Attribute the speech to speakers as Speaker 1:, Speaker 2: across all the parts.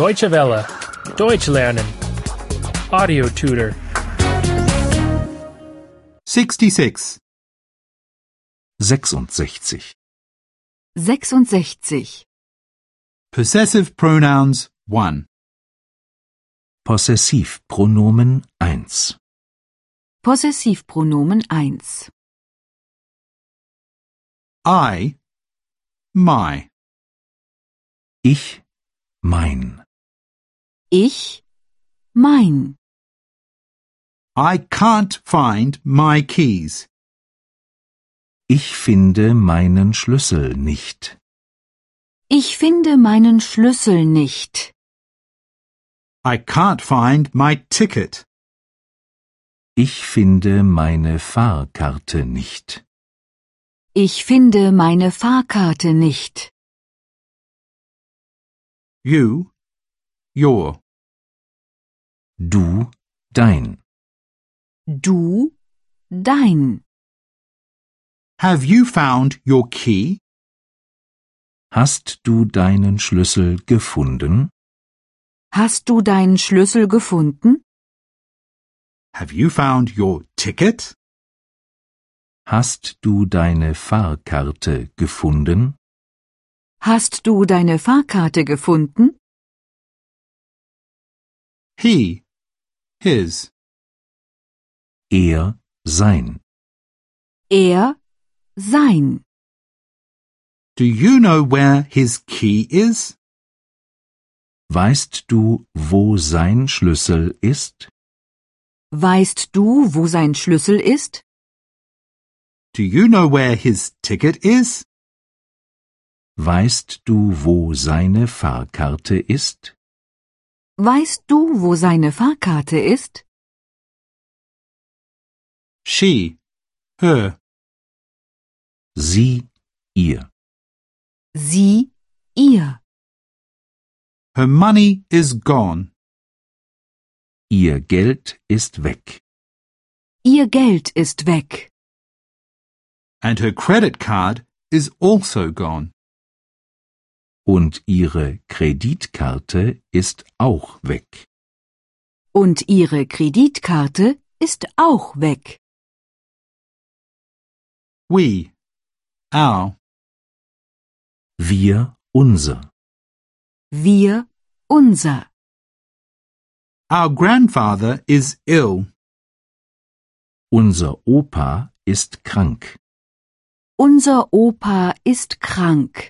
Speaker 1: Deutsche Welle. Deutsch lernen. Audio tutor.
Speaker 2: 66.
Speaker 3: 66.
Speaker 4: 66.
Speaker 2: Possessive pronouns 1.
Speaker 3: Possessivpronomen 1.
Speaker 4: Possessivpronomen 1.
Speaker 2: I, my,
Speaker 3: Ich, mein,
Speaker 4: Ich, mein.
Speaker 2: I can't find my keys.
Speaker 3: ich finde meinen Schlüssel nicht.
Speaker 4: Ich finde meinen Schlüssel nicht.
Speaker 2: I can't find my ticket.
Speaker 3: Ich finde meine Fahrkarte nicht.
Speaker 4: Ich finde meine Fahrkarte nicht.
Speaker 2: You, your,
Speaker 3: Du, dein.
Speaker 4: Du, dein.
Speaker 2: have you found your key?
Speaker 3: Hast du deinen Schlüssel gefunden?
Speaker 4: Hast du deinen Schlüssel gefunden?
Speaker 2: Have you found your ticket?
Speaker 3: Hast du deine Fahrkarte gefunden?
Speaker 4: Hast du deine Fahrkarte gefunden?
Speaker 2: He, his,
Speaker 3: Er, sein.
Speaker 4: Er, sein.
Speaker 2: do you know where his key is?
Speaker 3: Weißt du, wo sein Schlüssel ist?
Speaker 4: Weißt du, wo sein Schlüssel ist?
Speaker 2: Do you know where his ticket is?
Speaker 3: Weißt du, wo seine Fahrkarte ist?
Speaker 4: Weißt du, wo seine Fahrkarte ist?
Speaker 2: She, her,
Speaker 3: Sie, ihr.
Speaker 4: Sie, ihr.
Speaker 2: her money is gone.
Speaker 3: Ihr Geld ist weg.
Speaker 4: Ihr Geld ist weg.
Speaker 2: and her credit card is also gone.
Speaker 3: Und ihre Kreditkarte ist auch weg.
Speaker 4: Und ihre Kreditkarte ist auch weg.
Speaker 2: We, our,
Speaker 3: Wir, unser.
Speaker 4: Wir, unser.
Speaker 2: our grandfather is ill.
Speaker 3: Unser Opa ist krank.
Speaker 4: Unser Opa ist krank.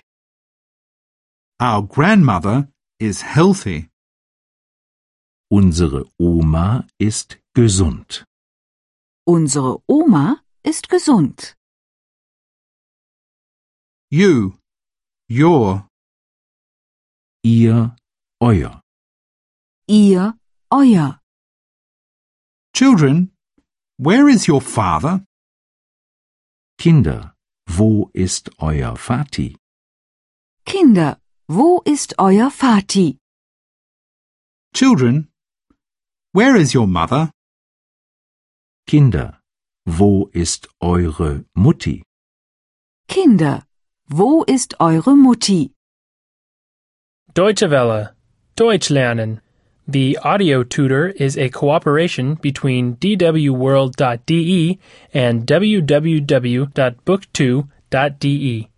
Speaker 2: Our grandmother is healthy.
Speaker 3: Unsere Oma ist gesund.
Speaker 4: Unsere Oma ist gesund.
Speaker 2: You, your,
Speaker 3: Ihr, euer.
Speaker 4: Ihr, euer.
Speaker 2: children, where is your father?
Speaker 3: Kinder, wo ist euer Vati?
Speaker 4: Kinder, wo ist euer Vati?
Speaker 2: Children, where is your mother?
Speaker 3: Kinder, wo ist eure Mutti?
Speaker 4: Kinder, wo ist eure Mutti?
Speaker 1: Deutsche Welle. Deutsch lernen. The audio tutor is a cooperation between E dwworld.de and www.book2.de.